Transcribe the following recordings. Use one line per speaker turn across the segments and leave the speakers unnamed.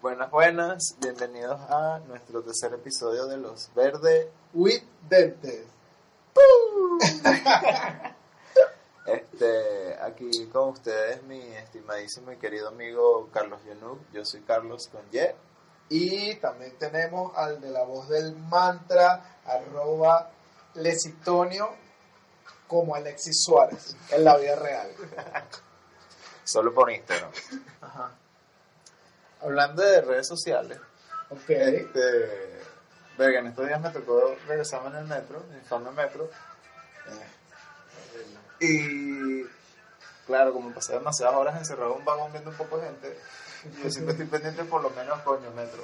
Buenas, buenas. Bienvenidos a nuestro tercer episodio de Los Verdes.
With dentes.
Este, aquí con ustedes mi estimadísimo y querido amigo Carlos Yonuk. Yo soy Carlos con Y.
Y también tenemos al de la voz del mantra, arroba lesitonio, como Alexis Suárez, en la vida real.
Solo por Instagram.
Ajá.
Hablando de redes sociales,
Ok.
este, verga, en estos días me tocó regresarme en el metro, en el infame metro. eh, Y claro, como pasé demasiadas horas encerrado en un vagón viendo un poco de gente, yo siempre estoy pendiente por lo menos, coño, metro.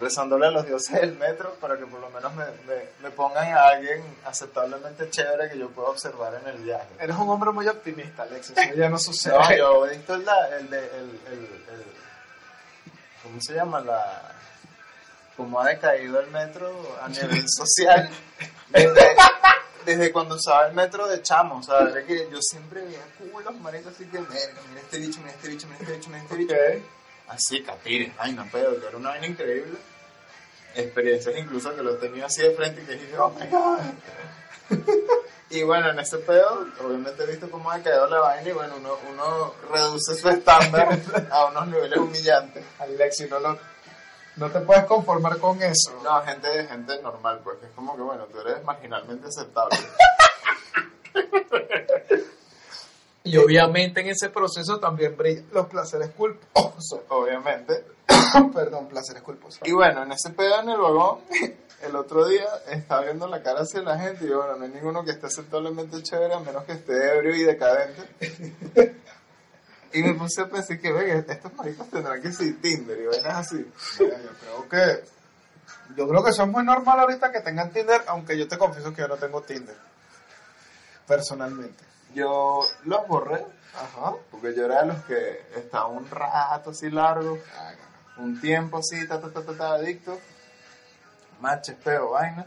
Rezándole a los dioses del metro para que por lo menos me, me- me pongan a alguien aceptablemente chévere que yo pueda observar en el viaje.
Eres un hombre muy optimista, Alexis. eso Ya no sucede.
No, yo he visto la- el, de- el- el- el- ¿Cómo se llama? La... Cómo ha decaído el metro a nivel social. Desde, desde cuando usaba el metro de chamo, o sea, era que yo siempre veía culos, maricos, así que, "Verga, mira este bicho, mira este bicho, mira este bicho, mira este bicho.
Ok.
Así, capires, ay, no pedo, que era una vaina increíble. Experiencias incluso que lo he tenido así de frente y que dije, oh my god. y bueno, en ese pedo, obviamente he visto cómo ha quedado la vaina y bueno, uno, uno reduce su estándar a unos niveles humillantes.
Alexis, no, lo, no te puedes conformar con eso.
No, gente, gente normal, porque es como que bueno, tú eres marginalmente aceptable.
Y obviamente en ese proceso también brillan los placeres culposos.
obviamente.
Perdón, placeres culposos.
Y bueno, en ese pedo en el vagón, el otro día estaba viendo la cara hacia la gente y bueno, no hay ninguno que esté aceptablemente chévere a menos que esté ebrio y decadente. Y me puse a pensar que, venga, estos maricos tendrán que ser Tinder y vainas así.
Mira, Yo creo que. Yo creo que eso es muy normal ahorita que tengan Tinder, aunque yo te confieso que yo no tengo Tinder. Personalmente.
Yo los borré
Ajá.
porque yo era de los que estaba un rato así largo, un tiempo así, ta, ta, ta, ta, ta, adicto, maches, peo, vaina.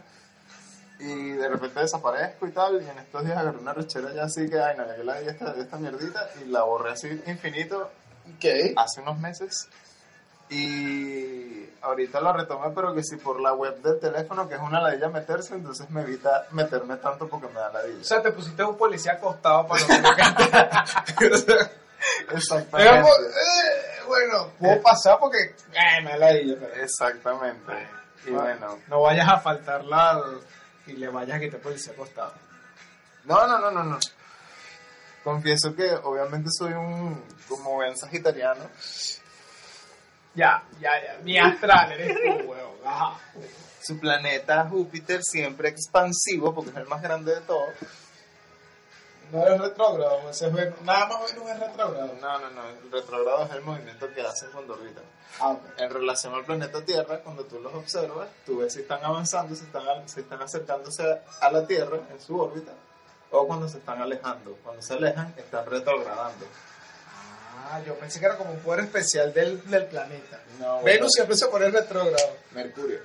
Y de repente desaparezco y tal, y en estos días agarré una rechera ya así que, ay, no, ya la di esta, esta mierdita y la borré así infinito
Ok.
hace unos meses. Y ahorita la retomé, pero que si por la web del teléfono, que es una ladilla meterse, entonces me evita meterme tanto porque me da
O
ladilla.
sea, te pusiste un policía acostado para no
Exactamente.
eh, Bueno, puedo pasar porque. eh, me la di, pero-
Exactamente. Y
Ah.
bueno,
No vayas a faltarla y le vayas a quitar policía acostado.
No, no, no, no, no. Confieso que obviamente soy un como buen sagitariano.
Ya, ya, ya. Mi astral eres tú, huevón. Ajá.
Su planeta Júpiter siempre expansivo porque es el más grande de todos.
No eres retrógrado, ese es Venus. Nada más Venus es retrógrado.
No, no, no. El retrogrado es el movimiento que hacen cuando orbitan.
Ah, ok.
En relación al planeta Tierra, cuando tú los observas, tú ves si están avanzando, si están, al- si están acercándose a- a la Tierra en su órbita o cuando se están alejando. Cuando se alejan, están retrogradando.
Ah, yo pensé que era como un poder especial del, del planeta.
No, bueno.
Venus siempre se pone retrógrado.
Mercurio.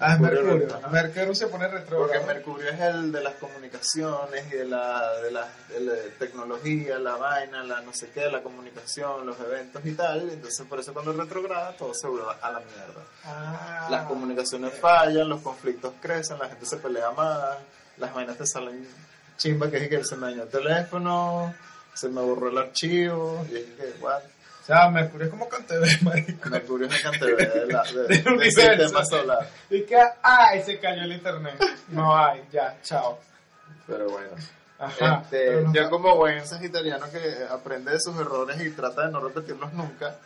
Ah, es
Mercurio,
Mercurio.
ajá.
Mercurio, se pone
Porque
retrógrado.
Mercurio es el de las comunicaciones y de la, de, la, de la tecnología, la vaina, la no sé qué, la comunicación, los eventos y tal. Entonces, por eso cuando retrograda todo se vuelve a la mierda.
Ah,
Las comunicaciones fallan, los conflictos crecen, la gente se pelea más, las vainas te salen chimba, que es que se me dañó el teléfono, se me borró el archivo, y es que, what?
O sea, Mercurio es como Cantebé, marico.
Mercurio es el cantidad de la, de-
Del
del
universo.
sistema solar.
Y que, ay, se cayó el internet. No hay, ya, chao.
Pero bueno.
Ajá.
Este,
Pero no-
yo como buen sagitariano que aprende de sus errores y trata de no repetirlos nunca,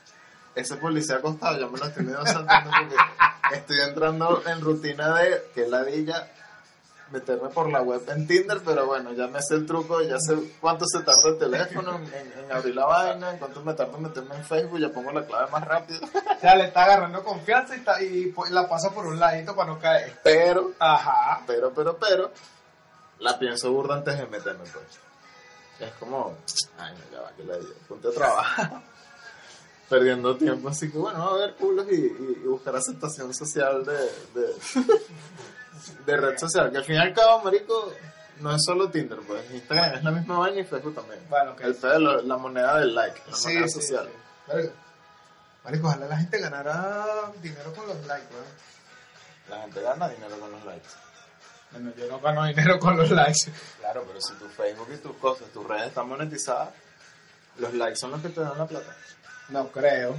ese policía acostado yo me lo estoy medio saltando porque estoy entrando en rutina de que ladilla meterme por la web en Tinder, pero bueno, ya me sé el truco, ya sé cuánto se tarda el teléfono en, en- en abrir la vaina, en cuánto me tarda en meterme en Facebook, ya pongo la clave más rápido,
O sea, le está agarrando confianza y, está- y po- la pasa por un ladito para no caer.
pero,
Ajá.
pero, pero, pero, la pienso burda antes de meterme pues. Es como, ay, no, ya va, que la idea. Ponte a trabajar. Perdiendo tiempo, así que bueno, a ver culos y, y- y buscar aceptación social de, de, de red social. Que al fin y al cabo, marico, no es solo Tinder, pues Instagram es la misma vaina y Facebook también.
Bueno, ok.
El pedo de lo- la moneda del like, la
Sí,
moneda
sí,
social.
sí. Verga. Marico, ojalá la gente ganara dinero con los likes, weón.
La gente gana dinero con los likes.
Bueno, yo no gano dinero con los likes.
Claro, pero si tu Facebook y tus cosas, tus redes están monetizadas, los likes son los que te dan la plata.
No creo.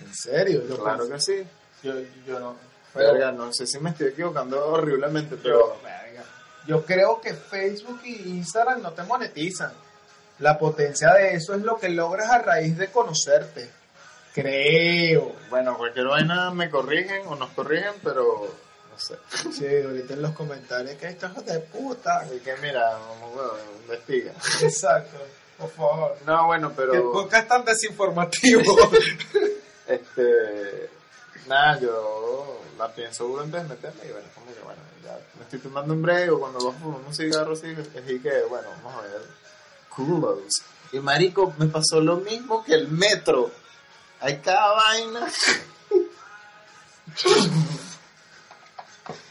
¿En serio? Yo
claro
pensé-
que sí.
Yo, yo no.
Verga, no sé si me estoy equivocando horriblemente, pero...
verga, yo creo que Facebook y Instagram no te monetizan. La potencia de eso es lo que logras a raíz de conocerte. Creo.
Bueno, cualquier vaina me corrigen o nos corrigen, pero... No sé.
Sí, ahorita en los comentarios que estos hijos de puta.
Así que mira, vamos, weón, investiga.
Exacto. Por favor.
No, bueno,
Que
pero...
podcast tan desinformativo.
Este... Nada, yo la pienso duro antes de meterme y bueno, como que bueno, ya me estoy tomando un break o cuando bajo por un cigarro así, así que bueno, vamos a ver. Culos. Y marico, me pasó lo mismo que el metro. Hay cada vaina.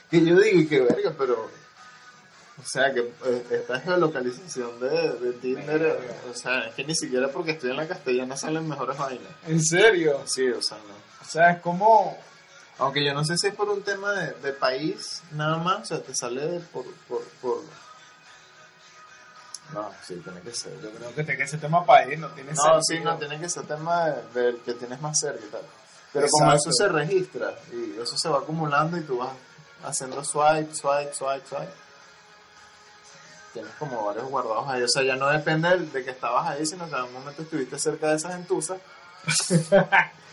que yo digo, y que verga, pero... O sea, que eh, esta geolocalización de, de Tinder,
Verga.
o sea, es que ni siquiera porque estoy en la castellana salen mejores vainas.
en serio.
Sí, o sea, no.
O sea, es como.
Aunque yo no sé si es por un tema de, de país, nada más, o sea, te sale de por, por, por... No, sí, tiene que ser.
Yo creo que te- que ese tema país no tiene
No,
sentido.
sí, no, tiene que ser tema de- del que tienes más cerca y tal. Pero como
Exacto.
eso se registra y eso se va acumulando y tú vas haciendo swipe, swipe, swipe, swipe, tienes como varios guardados ahí. O sea, ya no depende del- de que estabas ahí, sino que en un momento estuviste cerca de esas entusas.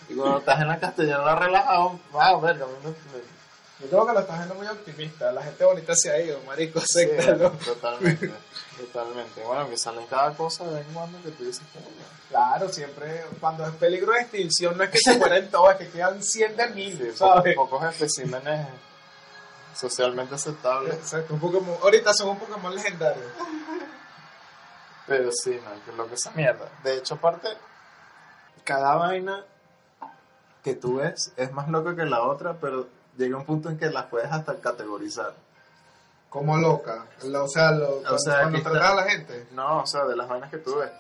y cuando estás en la castellana relajado, wow, verga, a mí me- me-
Yo creo que lo estás haciendo muy optimista. La gente bonita se ha ido, marico,
Sí,
acéptalo.
totalmente, totalmente. Bueno, que salen cada cosa de vez en cuando que tú dices, "Coño".
Claro, siempre cuando es peligro de extinción no es que se mueren todos, es que quedan 100 de mil,
Sí,
¿sabes?
po- pocos especímenes socialmente aceptables.
Exacto, un Pokémon. Ahorita son un Pokémon legendario.
Pero sí, no, que lo que esa mierda. De hecho, aparte, cada vaina que tú ves es más loca que la otra, pero llega un punto en que las puedes hasta categorizar.
Como loca. Lo- o sea, lo, cuando,
sea,
cuando
aquí
tratas a la gente.
No, o sea, de las vainas que tú ves.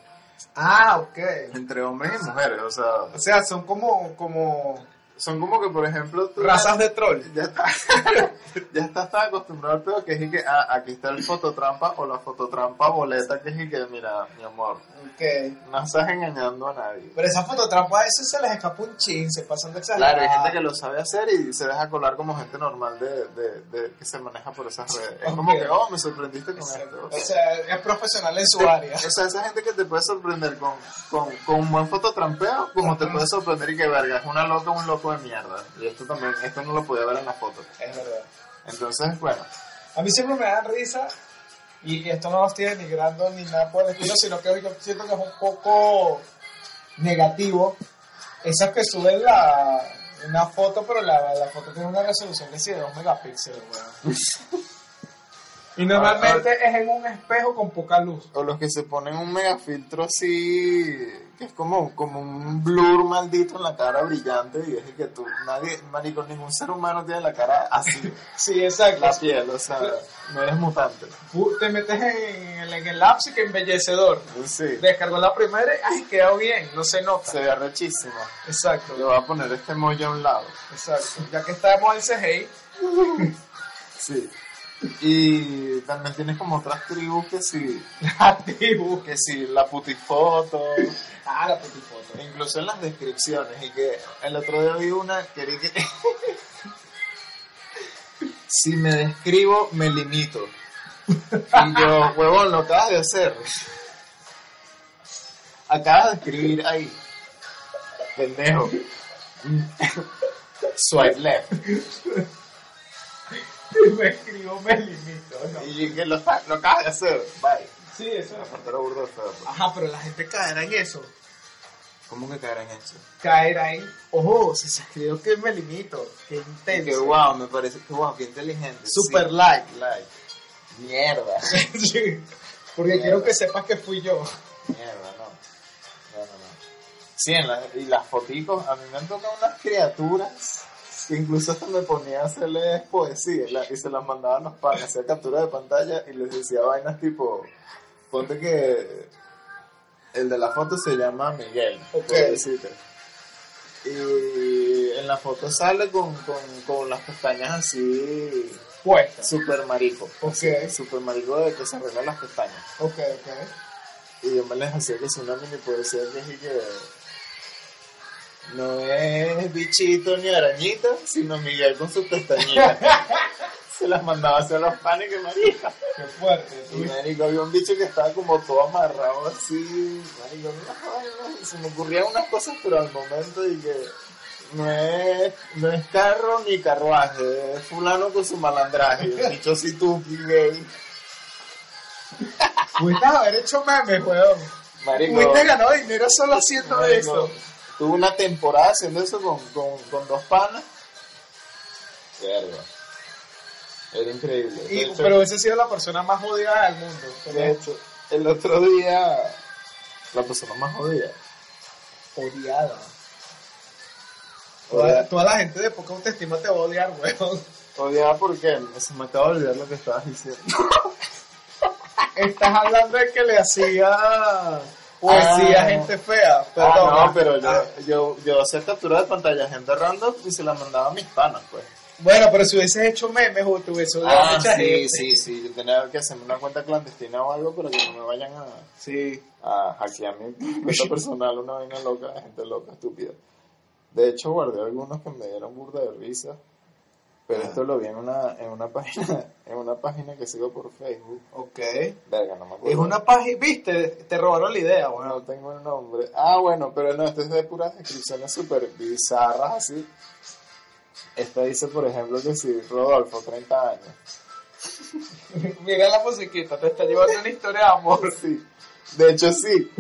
Ah, ok.
Entre hombres y mujeres, o sea,
O sea, son como, como
son como que, por ejemplo, tú-
razas de troll.
ya está- ya estás tan acostumbrado al pedo que es y que ah, aquí está el fototrampa o la fototrampa boleta que es y que mira mi amor
Ok.
no estás engañando a nadie
Pero esa fototrampa, eso se les escapa un chin, se pasan de exagerado.
claro hay gente que lo sabe hacer y se deja colar como gente normal de, de- de- que se maneja por esas redes es como
Ok.
que oh me sorprendiste con esto
Exacto. O sea, es profesional en su área.
o sea, esa gente que te puede sorprender con, con, con un buen fototrampeo, como te puede sorprender y que verga, es una loca, un loco de mierda. Y esto también, esto no lo podía ver en la foto.
Es verdad.
Entonces, bueno,
A mí siempre me dan risa, y esto no lo estoy denigrando ni nada por el estilo, sino que yo siento que es un poco negativo. Esas que suben la, una foto, pero la, la foto tiene una resolución que sí de 2 megapíxeles, weón. Y normalmente es en un espejo con poca luz.
O los que se ponen un megafiltro así, que es como, como un blur maldito en la cara brillante, y es el que tú, nadie, marico, ningún ser humano tiene la cara así,
Sí, exacto.
la piel, o sea, no eres mutante.
Pu- Te metes en el, en el app, sí que embellecedor.
Sí,
Descargó la primera y ay, quedó bien, no se nota.
se ve rechísimo.
Exacto.
Le voy a poner este mollo a un lado.
Exacto, ya que estamos en CGI,
Sí. Y también tienes como otras tribus que sí,
la tribu.
que sí, la putifoto,
Ah, la putifoto.
incluso en las descripciones. Y que el otro día vi una que era que... si me describo, me limito. Y yo, huevón, lo acabas de hacer. Acabas de escribir ahí. Pendejo. Swipe left.
Me escribo, me limito. ¿no?
Y que lo, está- lo acabas de hacer. Bye.
Sí, eso.
La frontera burda está, pues.
Ajá, pero la gente caerá en eso.
¿Cómo que caerán en eso?
Caerá en, ojo, si se escribió que me limito, que
Y Que
intenso.
wow, me parece que wow, que inteligente.
Super
Sí.
like.
like. Mierda.
Sí, Porque quiero que sepas que fui yo.
Mierda, no. No, no, no. Sí, en la- y las foticos, a mí me han tocado unas criaturas que incluso hasta me ponía a hacerles poesía la- y se las mandaba a los panes, hacía captura de pantalla y les decía vainas tipo, ponte que el de la foto se llama Miguel,
Ok.
por decirte. Y en la foto sale con, con, con las pestañas así,
Puesta.
super marico.
Ok.
así, Super marico de que se arreglan las pestañas.
Ok, ok.
Y yo me les hacía que si una mini poesía les dije que no es bichito ni arañita, sino Miguel con sus pestañitas. se las mandaba hacia los panes que marica.
Qué fuerte.
Y marico, había un bicho que estaba como todo amarrado así, marico, no, no, no, se me ocurrían unas cosas, pero al momento dije, no es, no es carro ni carruaje, es fulano con su malandraje, el bicho si tú, gay.
Pudiste haber hecho memes, weón.
Marico,
Pudiste ganar dinero solo haciendo
marico,
eso.
tuve una temporada haciendo eso con, con, con dos panas. Verga. Era increíble. De
Y-
hecho,
pero hubiese sido la persona más jodida del mundo.
de hecho, el otro día, la persona más jodida.
Odiada.
Odiada.
Toda, toda la gente de poca autoestima te va a odiar, weón.
Odiada porque se me acaba de olvidar lo que estabas diciendo.
Estás hablando de que le hacía poesía a
Ah.
gente fea. Perdón.
Ah, no,
weón.
pero yo,
Ah,
yo, yo hacía captura de pantalla a gente random y se la mandaba a mis panas, pues.
Bueno, pero si hubieses hecho memes o te hubiese odiado Ah, mucha gente.
Ah, sí, sí. Yo tenía que hacerme una cuenta clandestina o algo para que no me vayan a,
Sí.
a hackear mi cuenta personal, una vaina loca, gente loca, estúpida. De hecho, guardé algunos que me dieron burda de risa,
Ah.
pero esto lo vi en una, en una página en una página que sigo por Facebook.
Ok.
Verga, no me acuerdo.
Es una página, viste, te robaron la idea, weón.
No tengo el nombre. Ah, bueno, pero no, esto es de puras descripciones súper bizarras, así. Esta dice, por ejemplo, que si Rodolfo, 30 años.
Mira la musiquita, te está llevando una historia de amor.
Sí. De hecho, sí.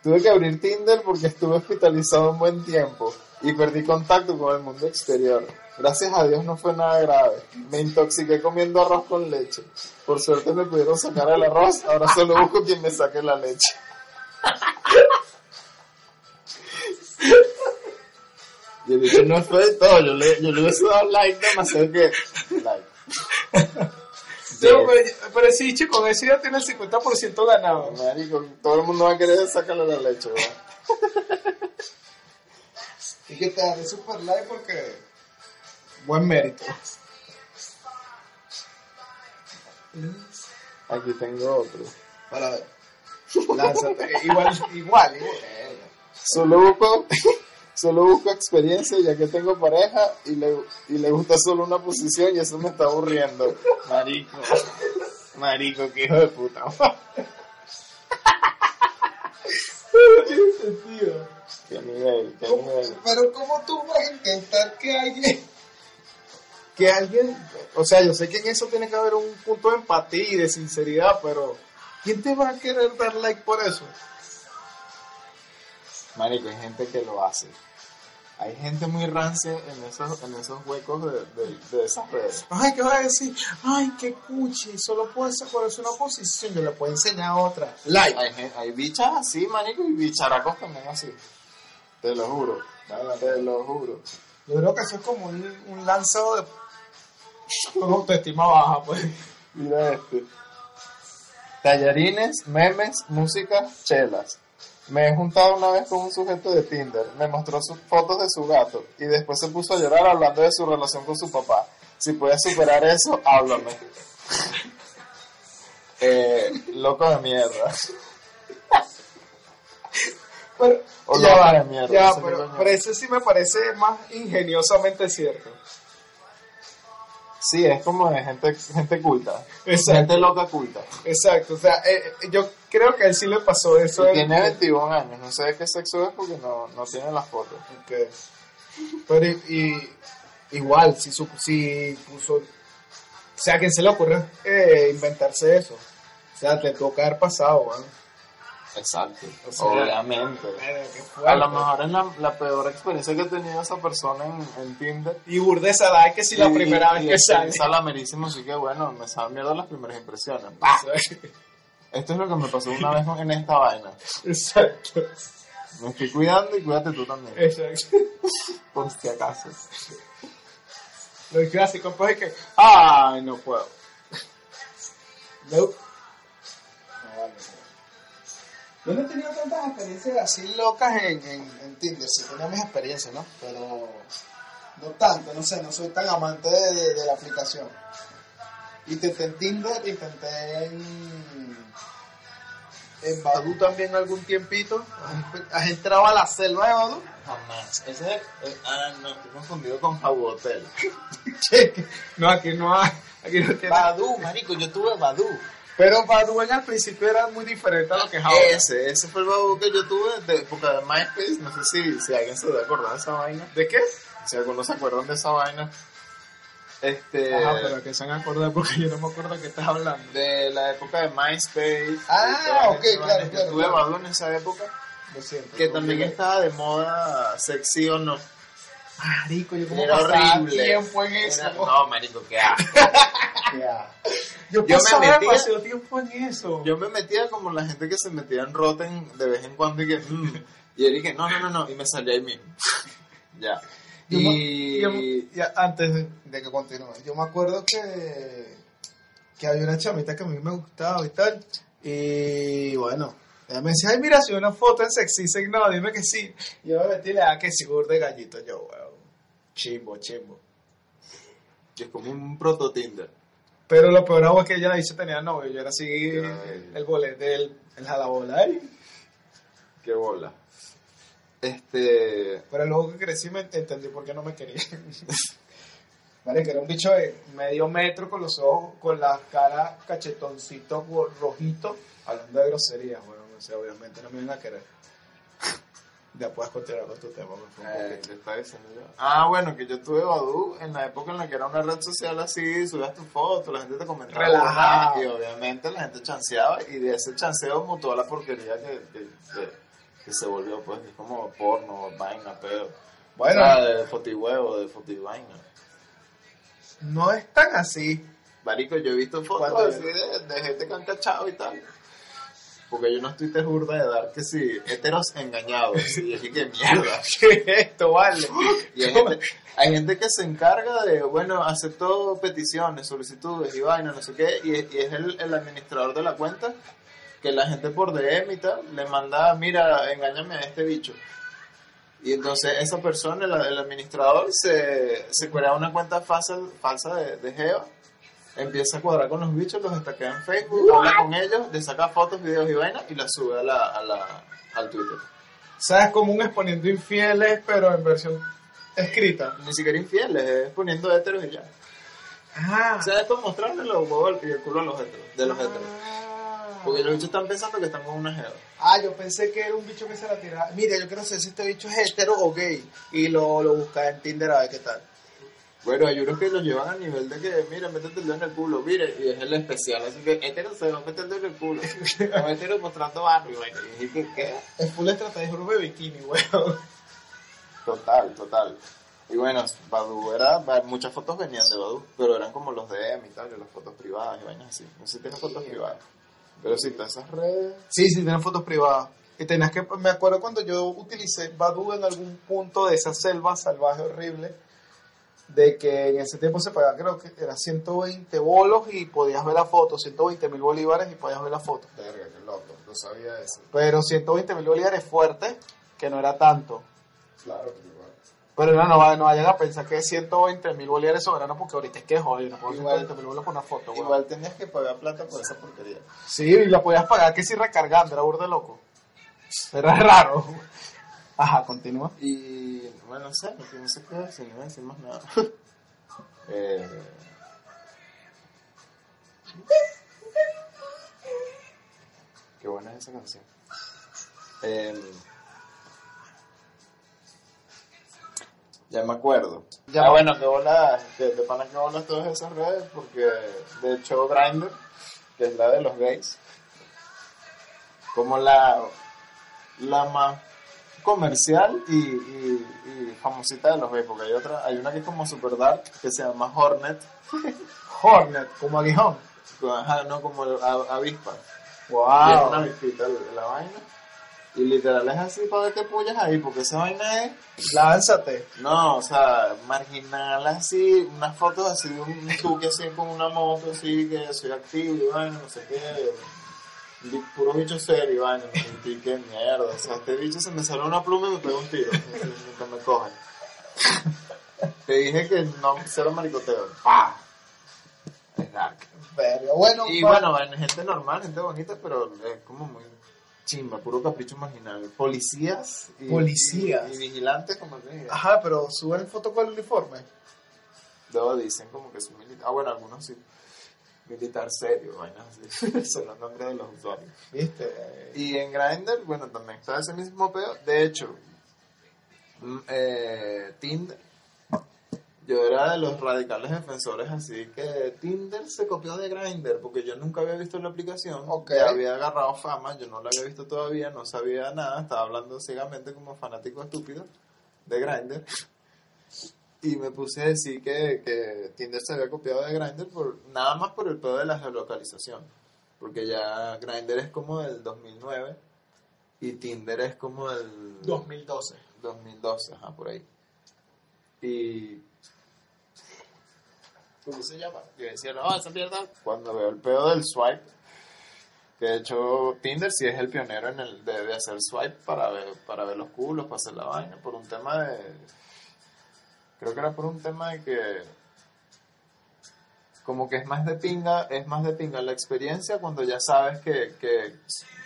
Tuve que abrir Tinder porque estuve hospitalizado un buen tiempo y perdí contacto con el mundo exterior. Gracias a Dios no fue nada grave. Me intoxiqué comiendo arroz con leche. Por suerte me pudieron sacar el arroz, ahora solo busco quien me saque la leche. Y el bicho no fue de todo, yo le, yo le hubiese dado like demasiado que... Like.
pero, pero sí, chico, con eso ya tiene el 50% ganado.
Marico, todo el mundo va a querer sacarle la leche, weón.
Y que te daré super like porque. Buen mérito.
Aquí tengo otro.
Para ver. Lánzate. igual, igual, igual.
Solo busco, solo busco experiencia ya que tengo pareja y le, y le gusta solo una posición y eso me está aburriendo. Marico. Marico, qué hijo de puta.
Tiene sentido.
Qué nivel, qué nivel.
Pero ¿cómo tú vas a intentar que alguien... Que alguien... O sea, yo sé que en eso tiene que haber un punto de empatía y de sinceridad, pero... ¿Quién te va a querer dar like por eso?
Marico, hay gente que lo hace. Hay gente muy rancia en esos, en esos huecos de, de, de esas redes.
Ay, ¿qué vas a decir? Ay, qué cuchi, solo puedes es una posición, yo le puedo enseñar otra. Like.
Hay, gen- hay bichas así, marico, y bicharacos también así. Te lo juro. Te lo juro.
Yo creo que eso es como un, un lanzado de... Con autoestima baja, pues.
Mira este. Tallarines, memes, música, chelas. Me he juntado una vez con un sujeto de Tinder, me mostró sus fotos de su gato y después se puso a llorar hablando de su relación con su papá. Si puedes superar eso, háblame. Eh, loco de mierda.
Pero,
O
ya
no,
va,
de mierda,
ya,
ese
pero,
coño.
pero ese sí me parece más ingeniosamente cierto.
Sí, es como de gente, gente culta. Gente loca culta.
Exacto, o sea, eh, eh, yo creo que a él sí le pasó eso.
Y
de-
tiene 21 años, no sé de qué sexo es porque no, no tiene las fotos.
Ok. Pero y, y- igual, si, su- si puso... O sea, ¿a quién se le ocurre eh, inventarse eso? O sea, te toca haber pasado, weón.
Exacto.
O sea,
Obviamente.
Verga, qué fuerte.
A lo mejor es la, la peor experiencia que ha tenido esa persona en, en Tinder.
Y burdesa, la que si la
Y-
primera
y-
vez
y
que
es
sale.
salamerísimo, así que bueno, me saben mierda las primeras impresiones. Esto es lo que me pasó una vez en esta vaina.
Exacto,
Me estoy cuidando y cuídate tú
Eh.
también,
exacto.
por si acaso.
Lo clásico pues es que, ay, no puedo. Nope. Yo no he tenido tantas experiencias así locas en, en, en Tinder, sí tenía mis experiencias, ¿no? Pero no tanto, no sé, no soy tan amante de, de- de la aplicación. Intenté en Tinder, intenté en, en Badu también algún tiempito. ¿Has entrado a la selva de Badu?
Jamás. Ese es. eh, ah, no, estoy confundido con Jabu Hotel.
No, aquí no hay. Aquí no tiene.
Ah,
Badu, marico, yo tuve Badu.
Pero Badu en al principio era muy diferente a lo que es ahora.
Ese, ese fue el Badu que yo tuve de época de MySpace. No sé si, si alguien se debe acordar de esa vaina.
¿De qué?
Si algunos se acuerdan de esa vaina. Este.
Eh,
Ajá, pero que se han acordado porque yo no me acuerdo que estás hablando.
De la época de MySpace.
Ah,
de todas
ok,
esas
claro,
vainas. Yo
claro,
Tuve
claro.
Badu en esa época.
Lo siento.
Que también estaba de moda sexy o no.
Marico, yo como
Era
pasaba
horrible.
tiempo en eso.
Era- no, marico, qué asco. Yo
Yo,
me
pasaba
metía-
demasiado tiempo en eso.
Yo me metía como la gente que se metía en Rotten de vez en cuando y que. mm, y él dije, no, no, no, no. Y me salía ahí mismo. ya.
Yo
Y.
Yo- ya, antes de, de que continúe, yo me acuerdo que, que había una chamita que a mí me gustaba y tal. Y bueno, ella me decía, ay, mira, si una foto en sexy, Sex", no, dime que sí. Yo me metí y le daba que sí, burda de gallito, yo, weón. Chimbo, chimbo.
Es como un proto Tinder.
Pero lo peor aún es que ella la dicho tenía novio, yo era así,
Ay.
el bolete, el, el jalabola, ¿eh?
Qué bola. Este.
Pero luego que crecí me ent- entendí por qué no me quería. vale, que era un bicho de medio metro con los ojos, con la cara cachetoncito go- rojito, hablando de groserías, bueno, o sea, obviamente no me iban a querer. Ya puedes continuar con tu tema, por favor.
eh, ¿qué estaba diciendo yo? Ah, bueno, que yo tuve Badu en la época en la que era una red social así, subías tu foto, la gente te comentaba.
Relajado.
"Ah", Y obviamente la gente chanceaba y de ese chanceo mutó la porquería que, que- que- que se volvió, pues, es como porno, vaina, pedo.
Bueno.
O sea, de fotihuevo, de fotivaina.
No es tan así.
Marico, yo he visto fotos
¿Cuánto
así de, de gente que han cachado y tal. Porque yo no estoy te burda de dar que si heteros engañados. Y dije que mierda.
¿Qué es esto, vale?
Y hay gente, hay gente que se encarga de, bueno, acepto peticiones, solicitudes y vainas, no sé qué, y, y es el, el administrador de la cuenta que la gente por DM y tal le manda, mira, engáñame a este bicho. Y entonces esa persona, el, el administrador, se, se crea una cuenta falsa, falsa de, de Geo, empieza a cuadrar con los bichos, los destaca en Facebook, habla con ellos, le saca fotos, videos y vainas y las sube a la, a la, al Twitter.
¿Sabes? Como un exponiendo infieles, pero en versión escrita.
Ni siquiera infieles, es poniendo héteros y ya.
Ah.
O sea, es para mostrarle los huevos y el culo a los heteros, de los heteros. Porque los bichos están pensando que están con una jeva.
Ah, yo pensé que era un bicho que se la tiraba. Mira, yo quiero saber si este bicho es hetero o gay. Y lo, lo buscaba en Tinder a ver qué tal.
Bueno, hay unos que los llevan a nivel de que, mira, métete el dedo en el culo, mire, y es el especial, así que hetero se va a meter el dedo en el culo. Los heteros mostrando barrio, güey. Y dije, ¿qué?
Es full estrategia grupo de bikini, weón.
Total, total. Y bueno, Badu era, ba- muchas fotos venían de Badu, pero eran como los DM y tal, y las fotos privadas y vainas así. No sé si tienes fotos privadas. Pero sí, todas esas redes.
Sí, sí, tienen fotos privadas. Y tenías que, me acuerdo cuando yo utilicé Badu en algún punto de esa selva salvaje horrible, de que en ese tiempo se pagaba, creo que era 120 bolos y podías ver la foto, 120 mil bolívares y podías ver la foto.
Verga, qué loco, no sabía eso.
Pero 120 mil bolívares fuerte, que no era tanto.
Claro, igual.
Pero no, no, va- no vayan a pensar que es 120 mil bolívares soberanos porque ahorita es que joder, no puedo
Igual.
120 mil bolívares por una foto, weón.
Igual tenías que pagar plata por esa porquería.
Sí, y la podías pagar que si recargando, era burda de loco. Era raro. Ajá, continúa.
Y bueno, no sé, no sé, no sé qué decir, no voy a decir más nada. eh, qué buena es esa canción. Em, ya me acuerdo.
Ya
Ya
me-
bueno, que bola, que de pana que bolas todas esas redes, porque de hecho Grindr, que es la de los gays, como la, la más comercial y, y- y famosita de los gays, porque hay otra, hay una que es como super dark, que se llama Hornet,
Hornet, como aguijón.
con- ajá, no como el- a- avispa, y es una
Wow.
avispita la, la vaina, y literal es así para ver qué pullas ahí, porque esa vaina es
Lánzate.
No, o sea, marginal así, unas fotos así de un tuque así con una moto así que soy activo, y bueno, no sé qué, Di- Puro bicho serio, vaina. Me sentí que mierda. O sea, este bicho se me salió una pluma y me pegó un tiro. Nunca me cojan. Te dije que no, cero maricoteo. ¡Pah! Es dark.
Pero bueno,
Y
pa-
bueno, bueno, gente normal, gente bonita, pero es como muy chimba, puro capricho imaginario. Policías y,
Policías. Ah.
y, y vigilantes, como te dije.
Ajá, pero suben foto con el uniforme.
Luego dicen como que son militares. Ah, bueno, algunos sí. Militar serio, vainas así. son los nombres de los usuarios.
¿Viste?
Y en Grindr, bueno, también está ese mismo peo. De hecho, mm, eh, Tinder. Yo era de los radicales defensores, así que Tinder se copió de Grindr, porque yo nunca había visto la aplicación.
Ok.
Ya había agarrado fama, yo no la había visto todavía, no sabía nada, estaba hablando ciegamente como fanático estúpido de Grindr. Y me puse a decir que, que Tinder se había copiado de Grindr por, nada más por el pedo de la geolocalización. Porque ya Grindr es como del 2009 y Tinder es como del
2012.
2012, ajá, por ahí. Y. ¿Cómo se llama? Yo decía, no, esa mierda. Cuando veo el pedo del swipe, que de hecho Tinder sí es el pionero en el de, de hacer swipe para ver, para ver los culos, para hacer la vaina, por un tema de. Creo que era por un tema de que. Como que es más de pinga, es más de pinga la experiencia cuando ya sabes que, que,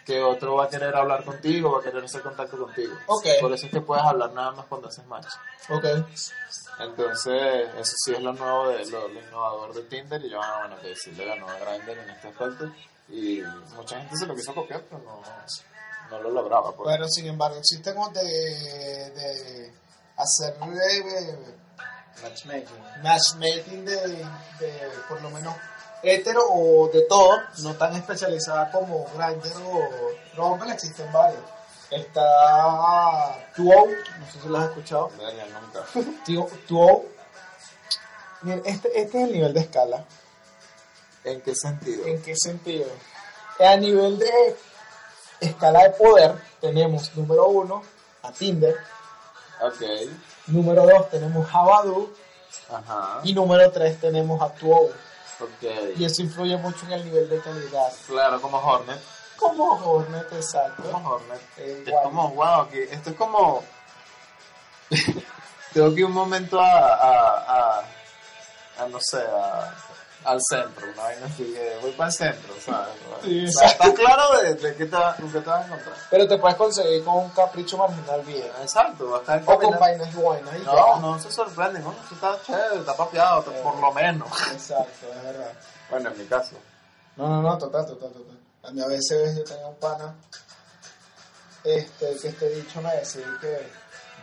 que otro va a querer hablar contigo, va a querer hacer contacto contigo.
Ok.
Por eso es que puedes hablar nada más cuando haces match.
Ok.
Entonces, eso sí es lo nuevo, de, lo, lo innovador de Tinder. Y yo, ah, bueno, que decirle la nueva Grindr en este aspecto. Y mucha gente se lo quiso copiar, pero no, no lo lograba. Pues.
Pero sin embargo, existen como de, de hacer eh,
matchmaking.
matchmaking de, de, por lo menos hetero o de todo, no tan especializada como Grindr o Rumble, existen varios. Está Tuo, no sé si lo has escuchado.
Daniel, nunca.
Tuo- Tuo. Miren, este, este es el nivel de escala.
¿En qué sentido?
¿En qué sentido? A nivel de escala de poder, tenemos número uno a Tinder,
Ok.
número dos tenemos a Badoo
Ajá.
y número tres tenemos a Tuo. Y
Ok.
eso influye mucho en el nivel de calidad.
Claro, como Hornet.
Como Hornet, exacto.
Como Hornet.
Eh,
Es
guay.
como, wow, aquí, esto es como... Tengo que ir un momento a, a, a, a, no sé, a, al centro, una vaina así que voy para el centro, ¿sabes?
Sí,
O sea, ¿Estás claro de, de qué te, va- con qué te vas a encontrar?
Pero te puedes conseguir con un capricho marginal bien.
Exacto, va a estar
O con
caminando.
vainas buenas y
No,
ya.
no se sorprende, bueno, tú estás chévere, está papeado,
Eh.
por lo menos.
Exacto, es verdad.
Bueno, en mi caso.
No, no, no, total, total, total. A mí a veces yo tenía un pana este, que este bicho me decía que,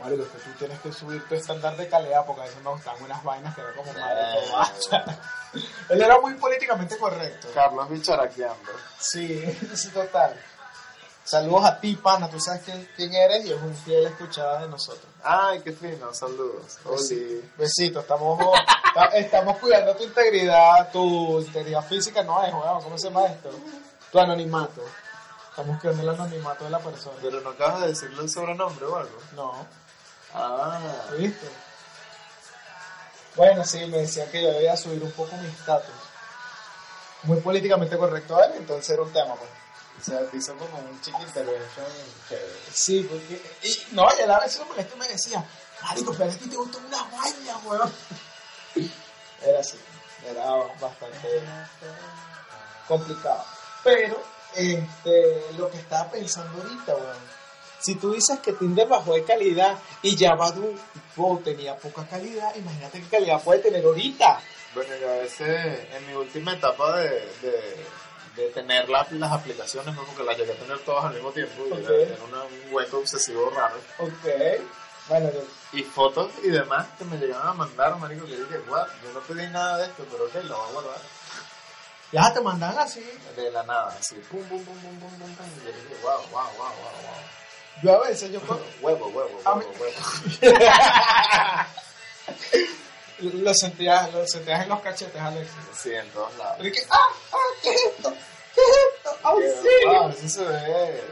Mario, que tú tienes que subir tu estándar de calidad porque a veces me gustaban unas vainas que era como madre,
Eh.
basta. Él era muy políticamente correcto.
Carlos bicharaqueando.
Sí, sí, total. Saludos a ti, pana, tú sabes quién, quién eres y es un fiel escuchada de nosotros.
Ay, qué fino, saludos. Oli.
Besitos, estamos, esta- estamos cuidando tu integridad, tu integridad física, no es, weón, ¿cómo se llama esto? Tu anonimato. Estamos cuidando el anonimato de la persona.
Pero no acabas de decirle el sobrenombre o algo.
No,
Ah,
¿viste? Bueno, sí, me decían que yo debía subir un poco mi estatus. Muy políticamente correcto a él, entonces era un tema, pues.
o sea, te hizo como un chiqui intervention chévere.
Sí, porque. Y, no, y él a veces lo molesto y me decía, Marico, pero a ti te gustan unas vainas, weón. Era así, era bastante complicado. Pero, este, lo que estaba pensando ahorita, weón. Si tú dices que Tinder bajó de calidad y ya Badoo wow, tenía poca calidad, imagínate qué calidad puede tener ahorita.
Bueno, yo a veces, en mi última etapa de, de, de tener la- las aplicaciones, ¿no? porque las llegué a tener todas al mismo tiempo, y era,
Ok.
era una- un hueco obsesivo raro,
Ok. Bueno, yo-
y fotos y demás que me llegaban a mandar, marico, que yo dije, guau, yo no pedí nada de esto, pero ok, lo voy a guardar.
ya te mandan así.
De la nada, así, pum, pum, pum, pum, pum, pum, pum, y yo dije, guau, guau, guau, guau, guau.
Yo a veces, yo puedo.
Huevo, huevo,
A
huevo,
mí-
huevo.
lo sentías, lo sentías en los cachetes, Alexis.
Sí, en todos lados.
Y que, ah, ah, ¿qué es esto? ¿Qué es esto? ¡Ay,
Pero, guau,
sí!
Ah, eso se ve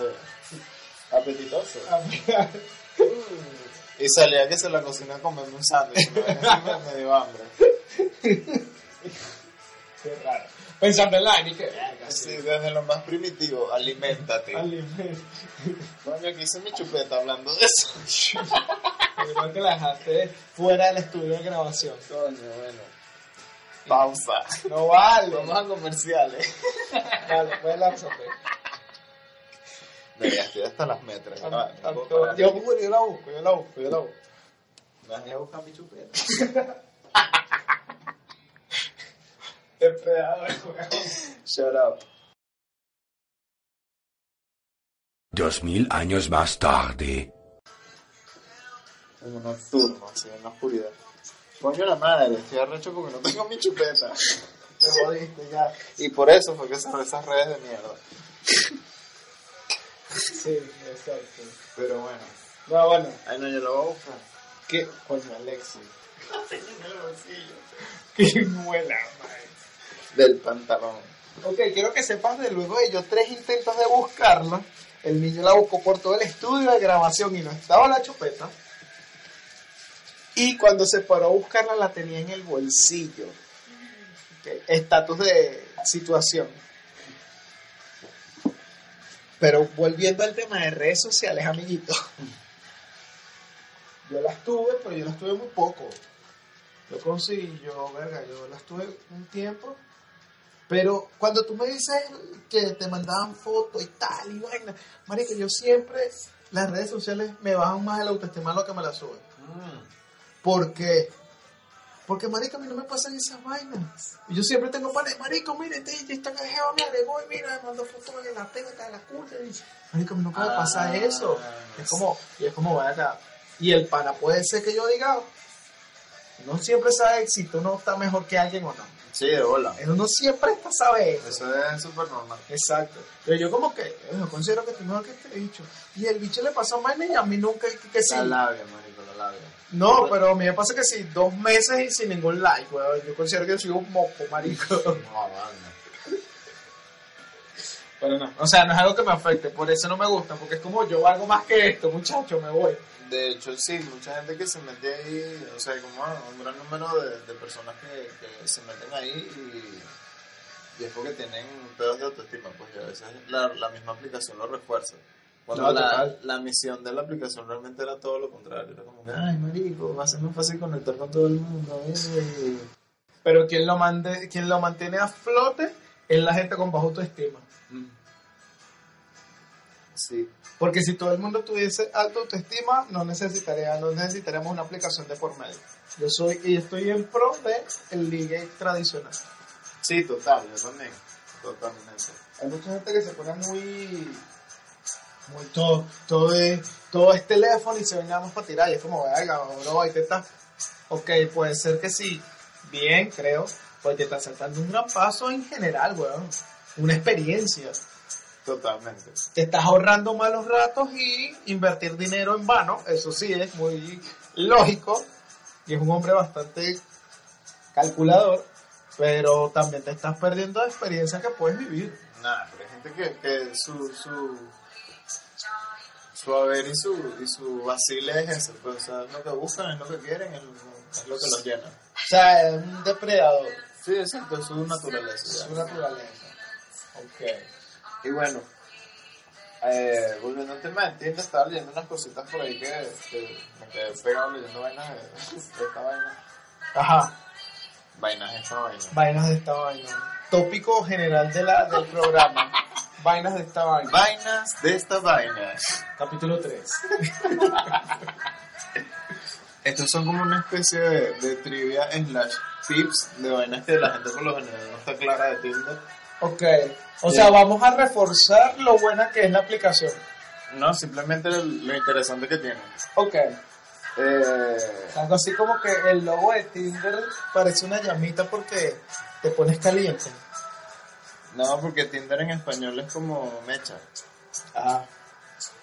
eh, apetitoso. Y salía que se la cocina comiendo un sándwich. ¿no? Eso me, me dio hambre.
Qué raro. pensando en la N y que... verga,
Sí,
sí.
desde lo más primitivo, alimentate.
Alimento.
Coño, aquí hice mi chupeta hablando de eso.
Yo creo que la dejaste fuera del estudio de grabación.
Coño, bueno. Pausa.
No vale.
Vamos a comerciales.
Vale, pues puedes lanzarte.
Mira, estoy hasta las metras. Ah, no puedo
Tanto-
parar.
Yo, Google, yo la busco, yo la busco, yo la busco.
Me vas a ir a buscar mi chupeta.
Depredador, weón.
Shut up.
Dos mil años más tarde.
Como nocturno, así en la oscuridad. Coño la madre, estoy arrecho porque no tengo mi chupeta.
Te jodiste ya.
Y por eso fue que cerré esas redes de mierda.
Sí, exacto.
Pero bueno.
No, bueno.
Ay, no, yo lo voy a buscar.
¿Qué? Coño, Alexi.
bolsillo.
Qué muela, madre.
Del pantalón.
Ok, quiero que sepas de luego de yo tres intentos de buscarla. El niño la buscó por todo el estudio de grabación y no estaba la chupeta. Y cuando se paró a buscarla la tenía en el bolsillo. Ok, Estatus de situación. Pero volviendo al tema de redes sociales, amiguitos. Yo las tuve, pero yo las tuve muy poco. Yo conseguí, yo, verga, yo las tuve un tiempo. Pero cuando tú me dices que te mandaban fotos y tal y vaina, marico, yo siempre las redes sociales me bajan más el autoestima de lo que me la suben.
Mm.
¿Por qué? Porque, marico, a mí no me pasan esas vainas. Y yo siempre tengo panes, marico, mire, este, te, esta cajera me agregó y mira, me mandó fotos de la pega, de la curva. Y, marico, a mí nunca me pasa
Ah,
eso. Es como, y es como, ven acá. Y el pana puede ser que yo diga, no siempre sabe si tú no estás mejor que alguien o no.
Sí, hola.
Uno siempre está sabe eso.
Eso es súper normal.
Exacto. Pero yo como que, eh, yo considero que estoy mejor que este bicho. Y el bicho le pasó más y a mí nunca que, que sí.
La labia, marico, la labia.
No, pero a mí me pasa que sí, dos meses y sin ningún like, weón. Yo considero que yo soy un moco, marico.
No, banda.
Pero no, o sea, no es algo que me afecte, por eso no me gusta, porque es como yo valgo más que esto, muchacho, me voy.
De hecho, sí, mucha gente que se mete ahí, o sea, como ah, un gran número de, de personas que, que se meten ahí y, y es porque tienen pedos de autoestima, pues y a veces la, la misma aplicación lo refuerza. Cuando
No,
la,
total.
la misión de la aplicación realmente era todo lo contrario, era como, que, ay, marico, va a ser más fácil conectar con todo el mundo. ¿eh?".
Pero quien lo, mande, quien lo mantiene a flote es la gente con baja autoestima.
Sí,
Porque si todo el mundo tuviese alta autoestima, no necesitaría, no necesitaríamos una aplicación de por medio. Yo soy y estoy en pro de el ligue tradicional.
sí, total, yo también, totalmente.
Hay mucha gente que se pone muy muy todo, todo es, todo es teléfono y se ven nada más para tirar. Y es como, venga, bro, ahí te está. Ok, puede ser que sí. Bien, creo. Pues te está saltando un gran paso en general, weón. Una experiencia.
Totalmente.
te estás ahorrando malos ratos y invertir dinero en vano, eso sí es muy lógico y es un hombre bastante calculador, pero también te estás perdiendo de experiencias que puedes vivir.
Nada, pero hay gente que, que su, su, su haber y su, y su vacile es eso, pues, o sea, es lo que buscan, es lo que quieren, es lo, es lo que los llena.
O sea, es un depredador,
Sí, exacto, es su
es
naturaleza.
su naturaleza. Ok.
Y bueno, eh, volviendo al tema de Tinder, estaba leyendo unas cositas por ahí que, que me quedé pegado leyendo vainas de, de esta vaina.
Ajá,
Vainas de esta vaina.
vainas de esta vaina. Tópico general de la, del programa. Vainas de esta vaina.
Vainas de esta vaina.
Capítulo 3.
Estos son como una especie de, de trivia slash tips de vainas que la gente por lo general no está clara de Tinder.
Ok. O sea, vamos a reforzar lo buena que es la aplicación.
No, simplemente lo interesante que tiene.
Ok.
Eh,
Algo así como que el logo de Tinder parece una llamita porque te pones caliente.
no, porque Tinder en español es como mecha.
Ah.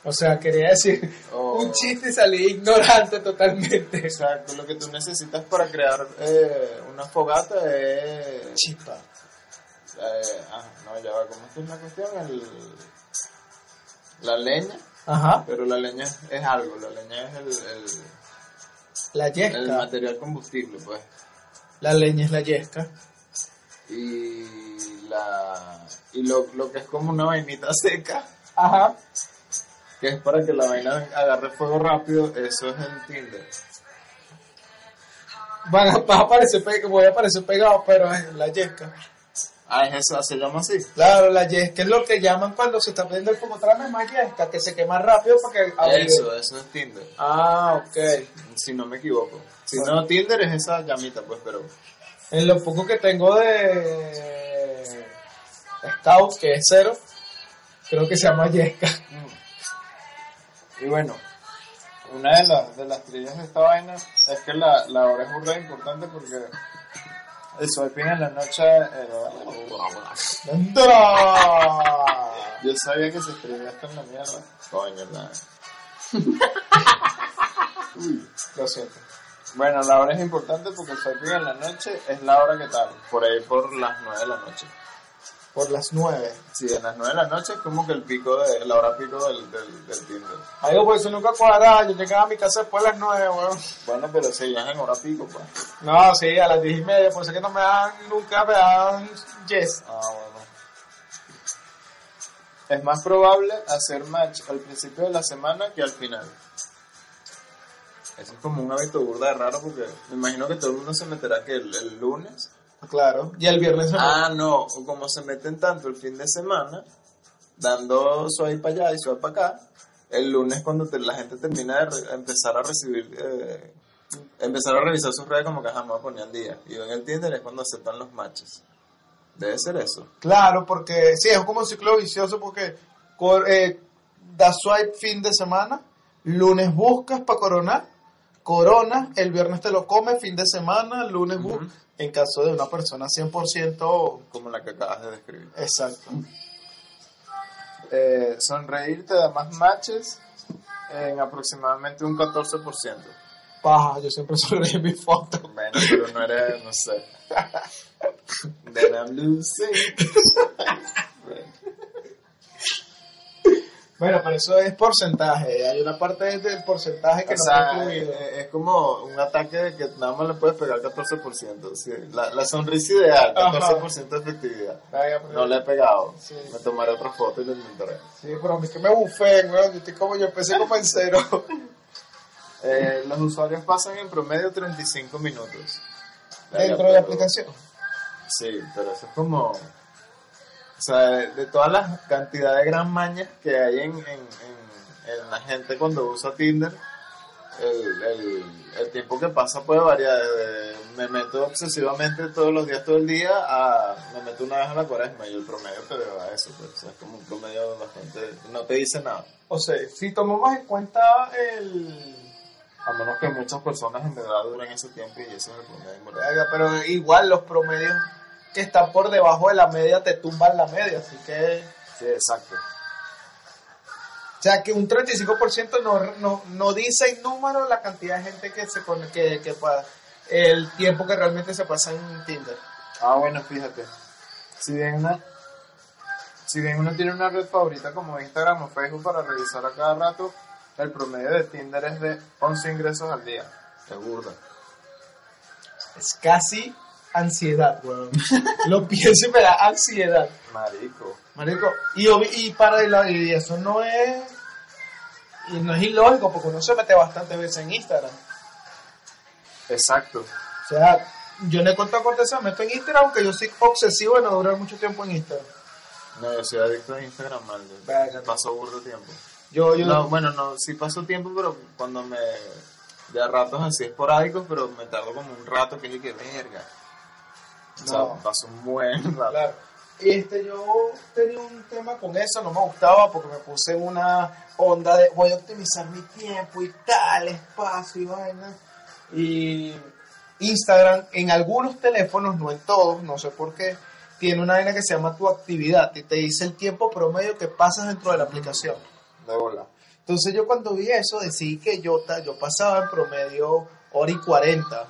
O sea, quería decir
Oh.
un chiste y salí ignorante totalmente.
Exacto, lo que tú necesitas para crear eh, una fogata es...
Chispa.
eh, ah, no, ya va, ¿cómo es que es la cuestión? El, la leña,
Ajá.
pero la leña es, es algo, la leña es el, el-
La
el,
yesca.
material combustible, pues.
La leña es la yesca.
Y la, y lo, lo que es como una vainita seca,
Ajá.
que es para que la vaina agarre fuego rápido, eso es el Tinder.
Van a, vas a aparecer pe- voy a aparecer pegado, pero es la yesca.
Ah, es eso, se llama así.
Claro, la yesca es lo que llaman cuando se está prendiendo el fogotrana, es más yesca, que se quema rápido porque...
Ah, Eso, eso es Tinder,
Ah, ok.
si no me equivoco. Si no, Tinder es esa llamita, pues, pero...
En lo poco que tengo de Scout, que es cero, creo que se llama yesca.
Y bueno, una de las, de las trillas de esta vaina es que la, la hora es burda importante porque el swiping en la noche... eh,
¡Dentro!
Yo sabía que se escribía hasta en la mierda. Coño, la...
Lo siento.
Bueno, la hora es importante porque el swiping en la noche es la hora que tal. Por ahí por las 9 de la noche.
Por las nueve.
Sí, en las 9 de la noche es como que el pico de, la hora pico del, del, del Tinder.
Algo por eso nunca cuadraba, yo llegaba a mi casa después de las nueve, weón.
Bueno, pero seguías en hora pico, pues.
No, sí, a las diez y media, por eso que no me dan, nunca me dan yes.
Ah, bueno. Es más probable hacer match al principio de la semana que al final. Eso es como un hábito burda de raro porque me imagino que todo el mundo se meterá que el- el lunes
Claro. Y el viernes se
Ah, no, o como se meten tanto el fin de semana, dando swipe para allá y swipe para acá, el lunes cuando te- la gente termina de re- empezar a recibir, eh, empezar a revisar sus redes como que jamás ponían día. Y ven el Tinder es cuando aceptan los matches. Debe ser eso.
Claro, porque sí, es como un ciclo vicioso porque cor- eh, da swipe fin de semana, lunes buscas para coronar, corona, el viernes te lo comes, fin de semana, lunes bus-
Ujú.
en caso de una persona 100%
Como la que acabas de describir.
exacto.
Eh, sonreír te da más matches en aproximadamente un 14%.
Paja, yo siempre sonreí en mi foto.
Bueno, pero no era, no sé. Then I'm losing.
Bueno, pero eso es porcentaje, hay una parte del porcentaje
O
que Ah, no
sea,
está incluido.
eh, es como un ataque de que nada más le puedes pegar 14%. sí. La, la sonrisa ideal,
Ajá.
14% de efectividad.
Venga, pero-
pues, No le he pegado.
Sí.
Me tomaré otra foto y lo inventaré.
Sí, pero a mí que me bufé, weón, yo, estoy como, yo empecé como en cero.
Eh, los usuarios pasan en promedio 35 minutos.
Dentro
Venga,
de la
pero-
aplicación.
Sí, pero eso es como... O sea, de, de todas las cantidad de gran mañas que hay en, en, en- en la gente cuando usa Tinder, el, el, el tiempo que pasa puede variar. desde me meto obsesivamente todos los días, todo el día, a me meto una vez a la cuaresma y el promedio te va a eso. Pues, o sea, es como un promedio bastante... No te dice nada.
O sea, si tomamos en cuenta el...
A menos que muchas personas en verdad duren ese tiempo y eso es el promedio. en verdad.
Verga, pero igual los promedios que están por debajo de la media te tumban la media, así que...
Sí, exacto.
O sea, que un 35% no, no, no dice en número la cantidad de gente que se con- que, que pa- el tiempo que realmente se pasa en Tinder.
Ah, bueno, fíjate. Si bien una, si bien uno tiene una red favorita como Instagram o Facebook para revisar a cada rato, el promedio de Tinder es de 11 ingresos al día. Te burda.
Es casi ansiedad, weón. Lo pienso y me da ansiedad.
Marico.
Marico, y, obvi- y para la- y eso no es y no es ilógico porque uno se mete bastantes veces en Instagram.
Exacto.
O sea, yo no he contado cuántas veces me meto en Instagram, aunque yo soy obsesivo de no durar mucho tiempo en Instagram.
No, yo soy adicto a Instagram, mal.
Verga.
Paso burdo tiempo.
Yo, yo,
No, bueno, no, sí paso tiempo, pero cuando me... De a ratos así esporádicos, pero me tardo como un rato que ni que verga. O sea,
No.
paso un buen rato.
claro. Este, yo tenía un tema con eso, no me gustaba porque me puse en una onda de voy a optimizar mi tiempo y tal, espacio y vaina. Y Instagram, en algunos teléfonos, no en todos, no sé por qué, tiene una vaina que se llama tu actividad y te dice el tiempo promedio que pasas dentro de la aplicación.
De bola.
Entonces yo cuando vi eso decidí que yo, ta- yo pasaba en promedio hora y 40,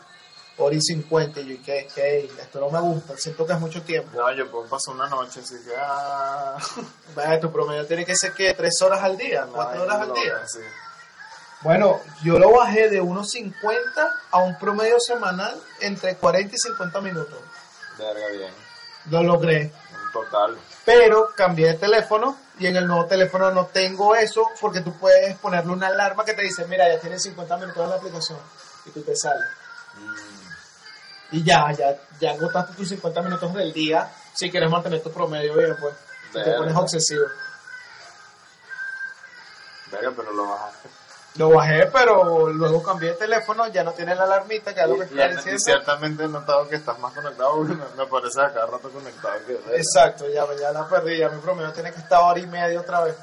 hora y 50 y yo dije, hey, esto no me gusta, siento que es mucho tiempo.
No, yo puedo pasar una noche así que... ah.
Vaya, tu promedio tiene que ser que 3 horas al día, 4 horas al día.
Sí.
Bueno, yo lo bajé de 1.50 a un promedio semanal entre 40 y 50 minutos.
Verga, bien.
Lo logré.
Total.
pero cambié de teléfono y en el nuevo teléfono no tengo eso porque tú puedes ponerle una alarma que te dice, mira, ya tienes 50 minutos en la aplicación y tú te sales.
Mm,
Y ya, ya, ya agotaste tus 50 minutos del día si quieres mantener tu promedio bien, pues. Y te
Verga.
pones obsesivo.
Verga, pero lo bajaste.
Lo bajé, pero luego cambié de teléfono, ya no tiene la alarmita, que es lo que
Y,
está
y
diciendo.
ciertamente he notado que estás más conectado porque me, me parece a cada rato conectado que verga.
Exacto, ya, ya la perdí, ya mi promedio tiene que estar hora y media otra vez.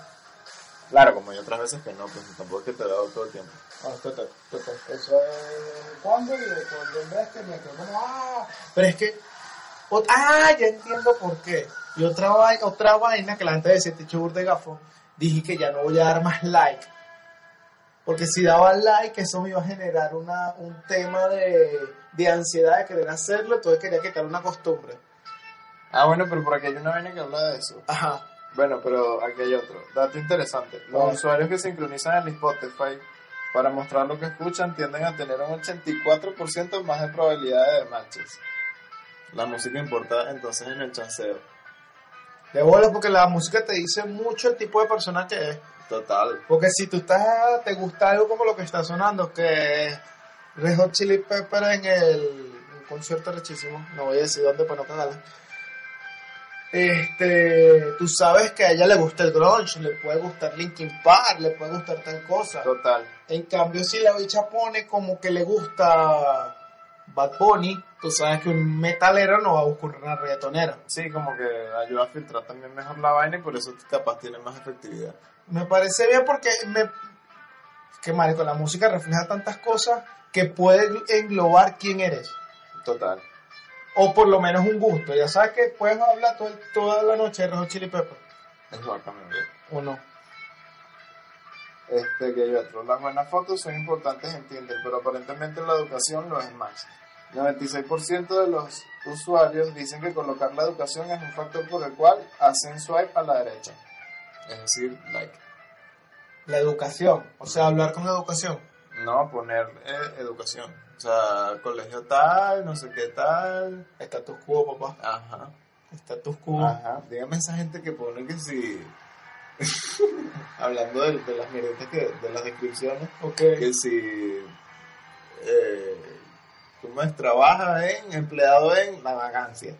Claro, como hay otras veces que no, pues tampoco es que te he dado todo el tiempo.
Ah, total, total. Eso es cuando y cuando en vez que me quedo como, ah, pero es que, ot- ah, ya entiendo por qué. Y otra, vai- otra vaina que la gente decía, te chur de gafo, dije que ya no voy a dar más like. Porque si daba like, eso me iba a generar una, un tema de, de ansiedad de querer hacerlo, entonces quería quitar una costumbre.
Ah, bueno, pero por aquí hay una vaina que habla de eso.
Ajá.
Bueno, pero aquí hay otro. Dato interesante. Los
Ah.
usuarios que sincronizan el Spotify para mostrar lo que escuchan tienden a tener un 84% más de probabilidades de matches. La música importa entonces en el chanceo.
De bolas, porque la música te dice mucho el tipo de persona que es.
Total.
Porque si tú estás, te gusta algo como lo que está sonando, que es Red Hot Chili Pepper en el un concierto rechísimo, no voy a decir dónde para no cagarla. Este, tú sabes que a ella le gusta el grunge, le puede gustar Linkin Park, le puede gustar tal cosa.
Total.
En cambio, si la bicha pone como que le gusta Bad Bunny, tú sabes que un metalero no va a buscar una reggaetonera.
Sí, como que ayuda a filtrar también mejor la vaina y por eso capaz tiene más efectividad.
Me parece bien porque me que marico, la música refleja tantas cosas que puede englobar quién eres.
Total.
O por lo menos un gusto. Ya sabes que puedes hablar todo el- toda la noche de Red Hot Chili Pepper.
Es bacán, ¿no?
¿O no?
Este, que hay otro. Las buenas fotos son importantes en Tinder, pero aparentemente la educación lo es más. 96% de los usuarios dicen que colocar la educación es un factor por el cual hacen swipe a la derecha. Es decir, like.
La educación. O sea, hablar con educación.
No, poner eh, educación. O sea, colegio tal, no sé qué tal.
Status quo, papá.
Ajá.
Status quo.
Ajá. Dígame esa gente que pone que si... Hablando de, de las mierditas que... De las descripciones.
Ok.
que si eh, tú más trabajas en empleado en la vacancia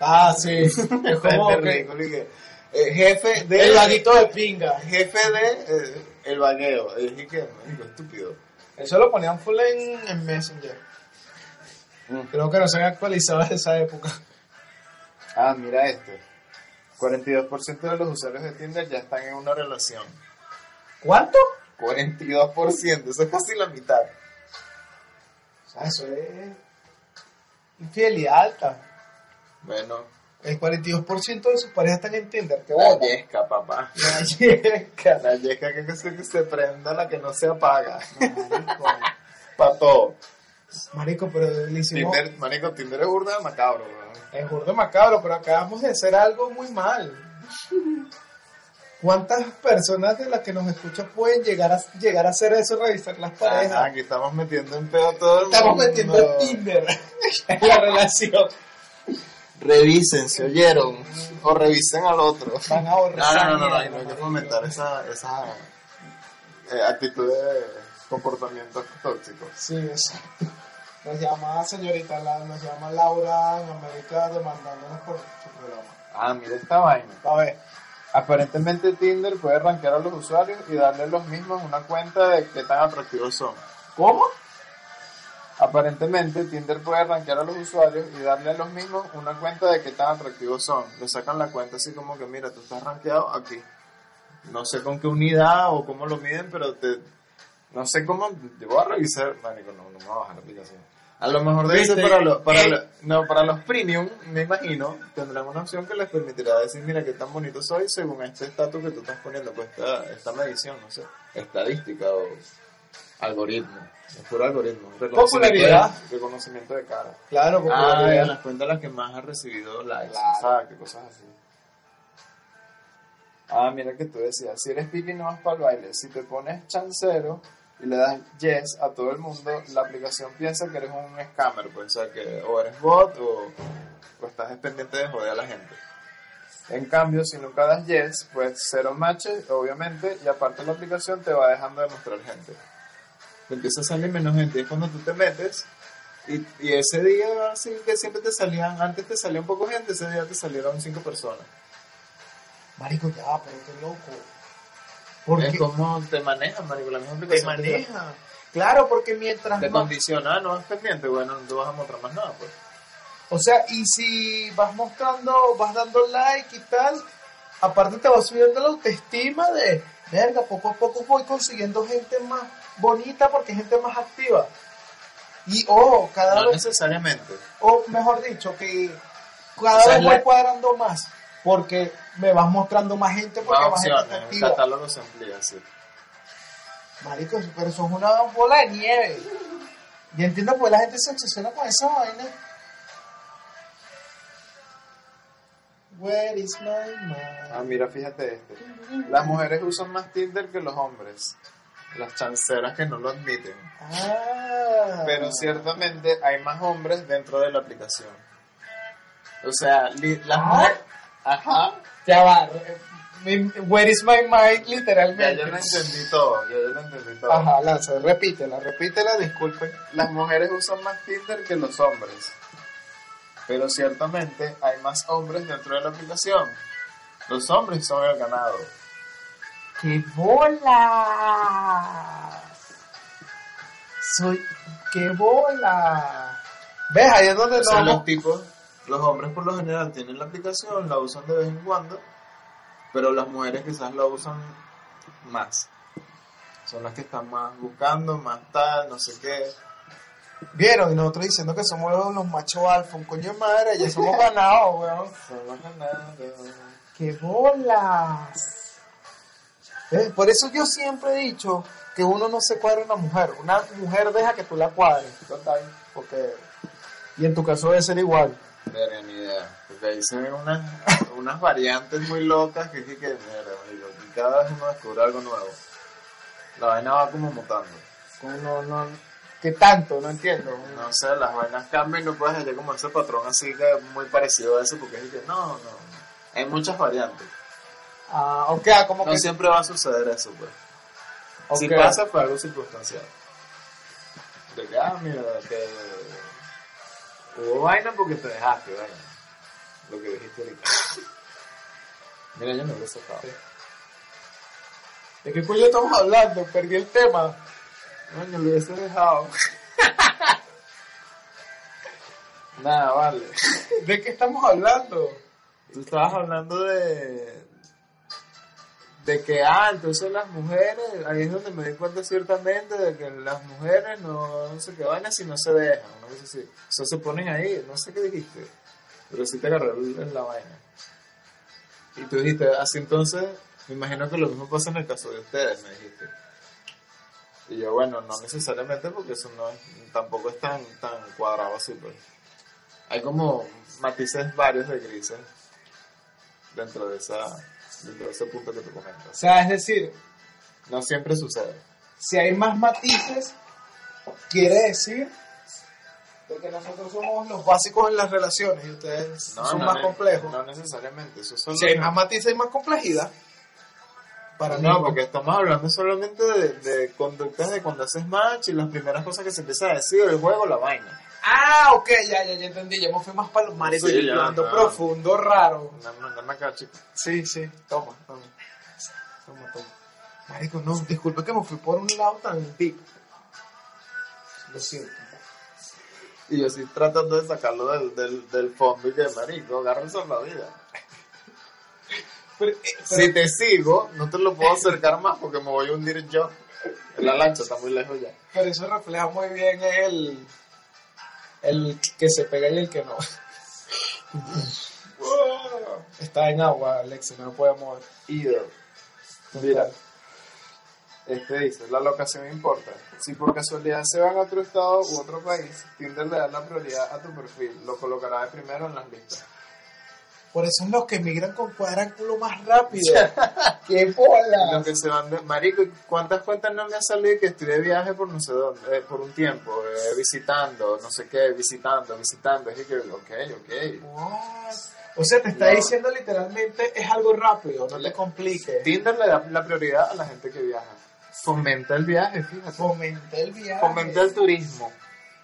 Ah, sí. Es como
Gente
que
ridícula y que, eh, jefe de
el vaguito de pinga.
jefe de eh, el vagueo y dije que marico, estúpido
Eso lo ponían full en, en Messenger.
Mm.
Creo que no se han actualizado desde esa época.
ah mira este 42% de los usuarios de Tinder ya están en una relación
¿Cuánto?
42% eso es casi la mitad
O sea, eso es infidelidad alta.
bueno
El 42% de sus parejas están en Tinder. ¡Qué
la
bolla!
yesca papá
La yesca.
la yesca que, que se prenda la que no se apaga
Marico.
para todo
Marico, pero le hicimos...
Tinder, marico, Tinder es burda de macabro, weón.
Es burdo macabro, pero acabamos de hacer algo muy mal. ¿Cuántas personas de las que nos escuchan pueden llegar a, llegar a hacer eso, revisar las parejas?
Ajá, aquí Ah, estamos metiendo en pedo a todo el
Estamos
mundo.
metiendo a Tinder en la relación.
Revisen, se oyeron. O revisen al otro.
Van a ahorrar.
No, no, no, no, no, no hay que fomentar esa, esa eh, actitud de comportamiento tóxico.
Sí, exacto. Nos llama señorita, La- nos llama Laura en América demandándonos por su programa.
Ah, mira esta vaina.
A ver,
Aparentemente Tinder puede rankear a los usuarios y darle los mismos una cuenta de qué tan atractivos son.
¿cómo?
Aparentemente, Tinder puede rankear a los usuarios y darle a los mismos una cuenta de qué tan atractivos son. Le sacan la cuenta así como que, mira, tú estás rankeado aquí. No sé con qué unidad o cómo lo miden, pero te... No sé cómo... Yo voy a revisar... Marico, no, no me va a bajar la aplicación. A lo mejor debe ser
¿Viste?
para los... Para
¿Eh?
los- no, para los premium, me imagino, tendrán una opción que les permitirá decir, mira, qué tan bonito soy según este estatus que tú estás poniendo, pues esta, esta medición, no sé, estadística o algoritmo. Es puro algoritmo.
Popularidad.
De conocimiento de cara.
Claro, porque
Ah,
eh,
en las cuentas las que más ha recibido likes. Exacto, cosas así. Ah, mira que tú decías, si eres piqui no vas para el baile, si te pones chancero y le das yes a todo el mundo, la aplicación piensa que eres un scammer, pues, o sea que o eres bot o, o estás pendiente de joder a la gente. En cambio, si nunca das yes, pues cero matches, obviamente, y aparte la aplicación te va dejando de mostrar gente. Te empieza a salir menos gente, y es cuando tú te metes, y, y ese día así que siempre te salían, antes te salía un poco gente, ese día te salieron cinco personas.
Marico, ya, va, pero qué loco. Porque
es como te manejan, marico, la misma
te
aplicación.
maneja. Claro, porque mientras
Te
más-
condiciona, ah, no vas pendiente, bueno, no te vas a mostrar más nada, pues.
O sea, y si vas mostrando, vas dando like y tal, aparte te va subiendo la autoestima de, verga, poco a poco voy consiguiendo gente más bonita porque gente más activa. Y ojo, cada
No
vez,
necesariamente.
o mejor dicho, que cada
O sea,
vez
la-
voy cuadrando más porque me vas mostrando más gente porque
Más
más, gente está
opciones, el
activa.
catálogo se amplía, sí.
Marico, pero son una bola de nieve. Yo entiendo por qué la gente se obsesiona con esa vaina. Where is my
Ah,
man?
mira, fíjate este. Las mujeres usan más Tinder que los hombres. Las chanceras que no lo admiten.
Ah.
Pero ciertamente hay más hombres dentro de la aplicación. O sea, li- las
¿Ah?
mujeres... Ajá.
Ya va. eh, mi- Where is my mind?
Ya
Literalmente.
yo lo entendí todo, ya yo lo entendí todo.
Ajá, lanza, repítela, repítela, disculpen.
Las mujeres usan más Tinder que los hombres. Pero ciertamente hay más hombres dentro de la aplicación. Los hombres son el ganado.
¡Qué bola! Soy. ¡Qué bola! ¿Ves? Ahí es donde
O sea,
no.
los tipos, los hombres por lo general tienen la aplicación, la usan de vez en cuando, pero las mujeres quizás la usan más. Son las que están más buscando, más tal, no sé qué.
Vieron, y nosotros diciendo que somos los, los machos alfa, un coño de madre, ya somos ganados, weón.
Son más ganados.
¡Qué bolas! ¿Ves? Por eso yo siempre he dicho que uno no se cuadra a una mujer. Una mujer deja que tú la cuadres.
Total.
Porque... Y en tu caso debe ser igual.
Verga, ni idea. Porque ahí se ven unas, unas variantes muy locas que sí que, verga, marico, y cada vez uno descubre algo nuevo. La vaina va como mutando.
Como Pues No, no, ¿Qué tanto? No entiendo.
No sé, las vainas cambian y no puedes hallar como ese patrón así que es muy parecido a eso porque es que no, no. Hay muchas variantes.
Ah, o sea, como
No
que... ah,
siempre va a suceder eso, pues.
o
Si
que-
pasa, fue algo circunstancial. De que, ah, mira, que. Hubo vaina porque te dejaste, vaina. Lo que dijiste ahorita. mira, yo no lo he sacado.
¿De qué coño estamos hablando? Perdí el tema.
Coño, lo hubiese dejado. Nada, vale.
¿De qué estamos hablando?
Tú estabas hablando de. De que, ah, entonces las mujeres, ahí es donde me di cuenta ciertamente de que las mujeres no, no sé qué van si no se dejan, no sé si. Eso se ponen ahí, no sé qué dijiste, pero sí te agarré en la vaina. Y tú dijiste, así entonces, me imagino que lo mismo pasa en el caso de ustedes, me dijiste. Y yo, bueno, no necesariamente porque eso no es, tampoco es tan, tan cuadrado así, pues. Hay como matices varios de grises dentro de esa dentro de ese punto que tú
O
comentas.
sea, es decir,
No siempre sucede.
si hay más matices, quiere decir de que nosotros somos los básicos en las relaciones y ustedes son más
ne-
complejos.
No necesariamente. Eso solo
si hay más matices, hay más complejidad. Para mí,
no, porque estamos hablando solamente de, de conductas de cuando haces match y las primeras cosas que se empieza a decir, el juego, la vaina.
Ah, ok, ya, ya, ya entendí. Ya me fui más para los mares.
Sí,
estoy
ya,
hablando
ya.
profundo, raro.
Dame, dame acá, chico.
Sí, sí. Toma, toma. Toma, toma. Marico, no, disculpe que me fui por un lado tan deep. Lo siento.
Y yo estoy tratando de sacarlo del, del, del fondo y que, marico, agarra el salvavidas.
Pero, eh, pero-
Si te sigo, no te lo puedo acercar más porque me voy a hundir yo. La lancha está muy lejos ya.
Pero eso refleja muy bien el, el que se pega y el que no. Está en agua, Alexi, no lo puede mover.
Ido. Mira, este dice, la locación importa. Si por casualidad se van a otro estado u otro país, Tinder le da la prioridad a tu perfil, lo colocará de primero en las listas.
Por eso es los que migran con cuadrángulo más rápido. ¡Qué bola!
Los que se van de... Marico, ¿cuántas cuentas no me ha salido que estoy de viaje por no sé dónde, eh, por un tiempo, eh, visitando, no sé qué, visitando, visitando? Es que, ok, ok.
What? O sea, te está
No.
diciendo literalmente es algo rápido, no te compliques.
Tinder le da la prioridad a la gente que viaja. Fomenta el viaje, fíjate.
Fomenté el viaje.
Fomenta el turismo.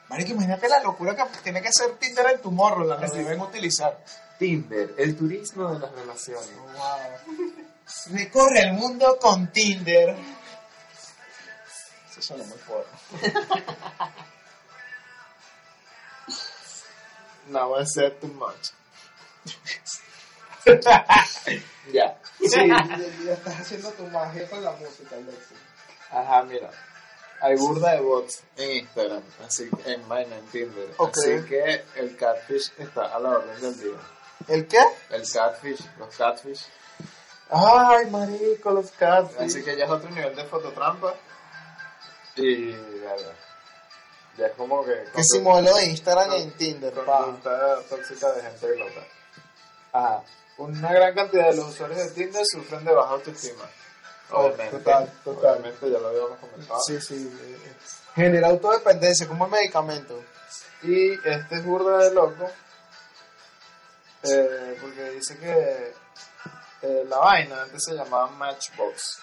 Marico, imagínate la locura que tiene que hacer Tinder en tu morro, la que deben utilizar.
Tinder, el turismo de las relaciones.
Wow. Recorre el mundo con Tinder. Eso suena muy fuerte.
Now I said too much. Ya.
Sí, ya estás haciendo tu magia con la música, Alexis.
Ajá, mira. Hay burda de bots en Instagram, así en Vine, en Tinder.
Ok.
Así que el catfish está a la orden del día.
¿El qué?
El catfish, los catfish.
Ay, marico, los catfish.
Así que ya es otro nivel de fototrampa. Y verga, ya es como que...
Que si modelo de Instagram
No.
en Tinder, pa. Ah.
conducta tóxica de gente loca. Ajá. Una gran cantidad de los usuarios de Tinder sufren de baja autoestima.
Oh, total, total.
Obviamente, ya lo habíamos comentado.
Sí, sí. eh, Genera autodependencia, como el medicamento.
Y este es burda de loco. eh, porque dice que eh, la vaina antes se llamaba Matchbox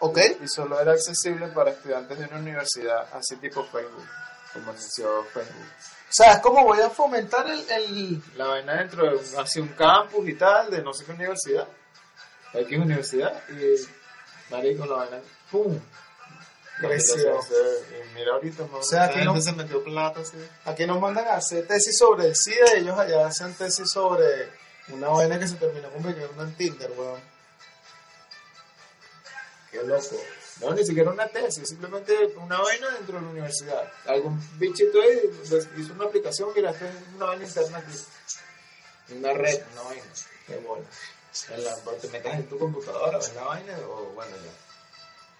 ¿Ok?
y solo era accesible para estudiantes de una universidad, así tipo Facebook, como anunció Facebook.
O sea, es como voy a fomentar el... el...
La vaina dentro de un, así un campus y tal, de no sé qué universidad, X universidad, y marico, la vaina, ¡pum!
Creció.
Y mira ahorita, ¿no?
O sea, que
La gente
no-
se metió plata, así.
Aquí nos mandan a hacer tesis sobre el SIDA y ellos allá hacen tesis sobre una vaina que se terminó convirtiendo en Tinder, weón.
Qué loco. No, ni siquiera una tesis, simplemente una vaina dentro de la universidad. Algún bichito ahí pues, hizo una aplicación, mira, esto es una vaina interna aquí. Una red, una vaina. Qué bola. En la- pues, te metes en tu computadora, ves la vaina, o bueno, ya.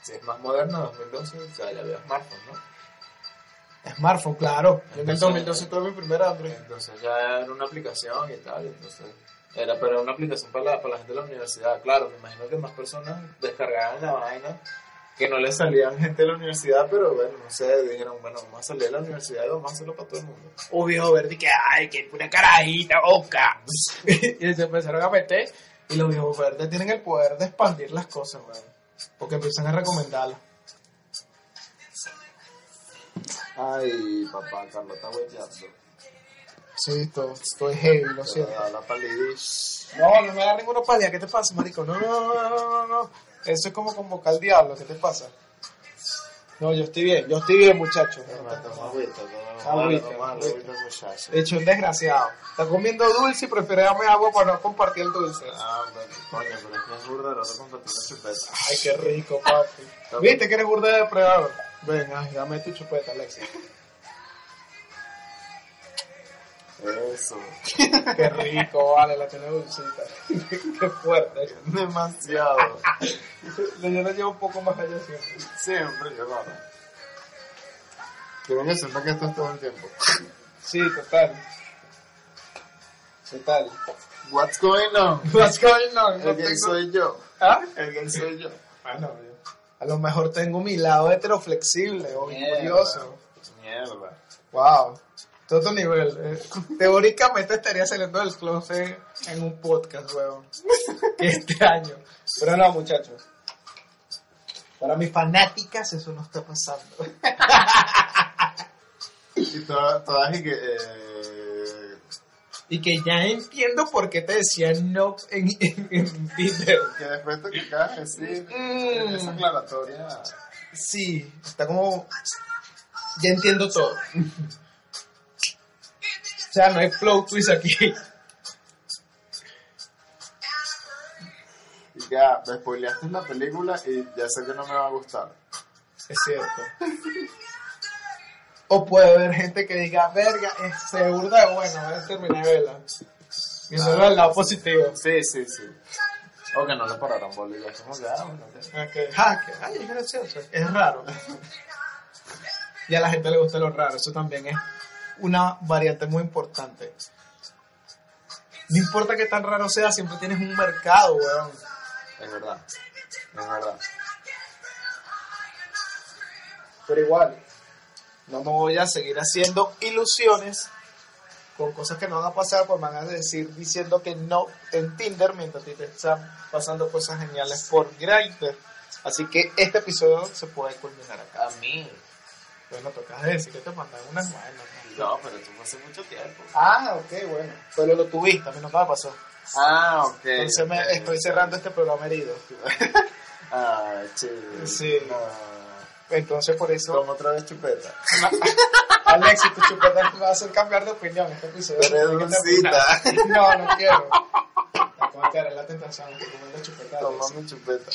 Si es más moderno, 2012, o sea, ya veo smartphone, ¿no?
Smartphone, claro. Yo en el
Entonces-
2012 tuve mi primer Android.
Entonces ya era una aplicación y tal, entonces... Era, pero era una aplicación para la, para la gente de la universidad. Claro, me imagino que más personas descargaban la vaina que no le salían gente de la universidad, pero bueno, no sé, dijeron, bueno, vamos a salir de la universidad y vamos a hacerlo para todo el mundo.
O viejo verde que, ay, que una carajita, boca.
y se empezaron a meter. Y los viejos verdes tienen el poder de expandir las cosas, weón. Porque empiezan a recomendarlas.
Ay, papá, Carlos está hueteando.
Sí, estoy, estoy heavy, lo
Se
siento.
da la palidez.
No, no me da ninguna palia, ¿qué te pasa, marico? No, no, no, no, no, no. Eso es como convocar al diablo, ¿qué te pasa? No, yo estoy bien, yo estoy bien, muchachos.
Ah,
Agüita, agüita.
muchacho.
De hecho, un desgraciado. Está comiendo dulce y prefiere darme agua para no compartir el dulce.
Ah, bueno, coño, pero es que es burda, lo otro compartiendo chupeta.
Ay, qué rico, papi. ¿Viste que eres burda de depredador? Ven, ay, dame tu chupeta, Alexis.
Eso.
Qué rico, vale, la tiene dulcita. Qué fuerte.
Demasiado.
Yo la llevo un poco más allá siempre.
Siempre llevaba. Que venga, siempre que esto es todo el tiempo.
Sí, total. Total.
What's going on?
What's going on? No
El gay
tengo-
soy yo.
¿Ah?
El gay soy yo.
Ah, no, yo- A lo mejor tengo mi lado heteroflexible o curioso.
Mierda.
Wow. Todo otro nivel. eh. teóricamente estaría saliendo del closet en un podcast, weón. Este año. Pero no, muchachos. Para mis fanáticas eso no está pasando.
Y todas, todas y que. Eh,
Y que ya entiendo por qué te decían no en, en, en Tinder.
que después te que acabas de decir.
Mm.
Esa aclaratoria.
Sí, está como... Ya entiendo todo. o sea, no hay flow twist aquí.
Y ya, me spoileaste la película y ya sé que no me va a gustar.
Es cierto. O puede haber gente que diga, verga, es burda de bueno, voy a terminar de verla. Y solo el lado positivo.
Sí, sí, sí. O que no le pararon bolillas. Como que, ah, bueno, ya.
Okay. Ah, que, ay, es gracioso, es raro. Y a la gente le gusta lo raro, eso también es una variante muy importante. No importa qué tan raro sea, siempre tienes un mercado, weón.
Es verdad. Es verdad.
Pero igual, no me voy a seguir haciendo ilusiones con cosas que no van a pasar, pues van a decir diciendo que no en Tinder, mientras a ti te están pasando cosas geniales por Grindr. Así que este episodio se puede culminar acá.
A mí.
Bueno, tocas de decir que te mandan unas buenas. ¿no?
No, pero tú fue hace mucho tiempo.
Ah, ok, bueno. Pero lo tuviste, a mí no me pasó.
Ah, ok.
Entonces me,
ok.
estoy cerrando este programa herido.
Ah, chido.
Sí.
No.
Entonces por eso,
Como otra vez chupeta.
Alexis, tu chupeta me va a hacer cambiar de opinión este episodio.
Pero
Porque te-
dulcita.
No, no quiero. Acabo de la tentación, comiendo chupeta.
Toma
Alexis.
mi chupeta.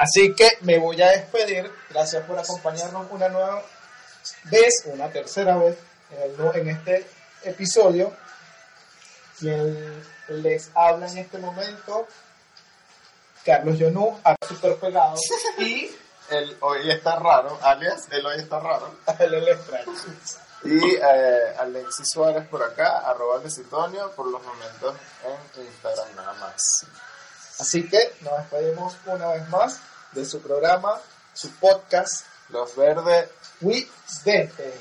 Así que me voy a despedir. Gracias por acompañarnos una nueva vez, una tercera vez en, el nu- en este episodio. Quien les habla en este momento, Carlos Yonú, a super pegado, y
El hoy está raro, alias, el hoy está raro.
el El Extraño.
Y eh, Alexis Suárez por acá, arroba Lesitonio, por los momentos en Instagram nada más.
Así que nos despedimos una vez más de su programa, su podcast,
Los verdes,
We Dente.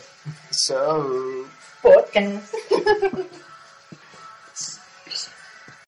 show.
Podcast.